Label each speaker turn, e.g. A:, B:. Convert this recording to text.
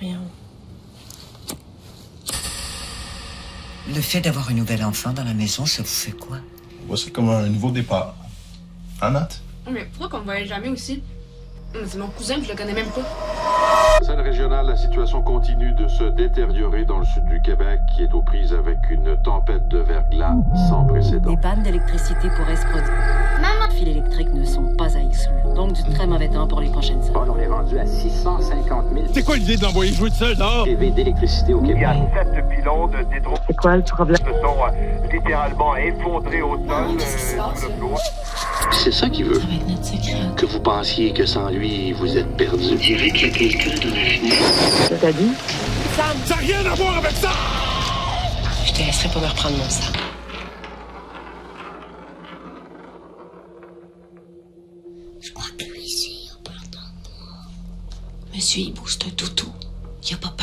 A: Rien.
B: Le fait d'avoir une nouvelle enfant dans la maison, ça vous fait quoi
C: Moi, c'est comme un nouveau départ. En Nat?
D: Mais pourquoi qu'on ne voyait jamais aussi? Mais C'est mon cousin, je le connais même pas.
E: Salle régionale, la situation continue de se détériorer dans le sud du Québec qui est aux prises avec une tempête de verglas sans précédent.
F: Des pannes d'électricité pourraient se produire. Les fils électriques ne sont pas à exclure. Donc du très mauvais temps pour les prochaines semaines.
G: on est rendu à 650 000
H: C'est quoi l'idée de l'envoyer jouer de seul dehors?
G: TV d'électricité au Québec.
I: sept pylônes d'hydro
A: C'est quoi le problème
I: se sont euh, littéralement effondrés au sol.
D: qu'est-ce qui se
I: euh,
D: passe,
I: sous le
D: là?
I: flot.
J: C'est ça qu'il veut.
A: Ça va être notre secret.
J: Que vous pensiez que sans lui, vous êtes perdu. Dirait qu'il y a quelqu'un dans la fenêtre.
A: T'as dit
H: Ça n'a rien à voir avec ça!
A: Je te laisserai pas me reprendre mon sac. Je crois que lui, ici, il a pas le temps de moi. Monsieur Hibou, c'est un toutou. Il a pas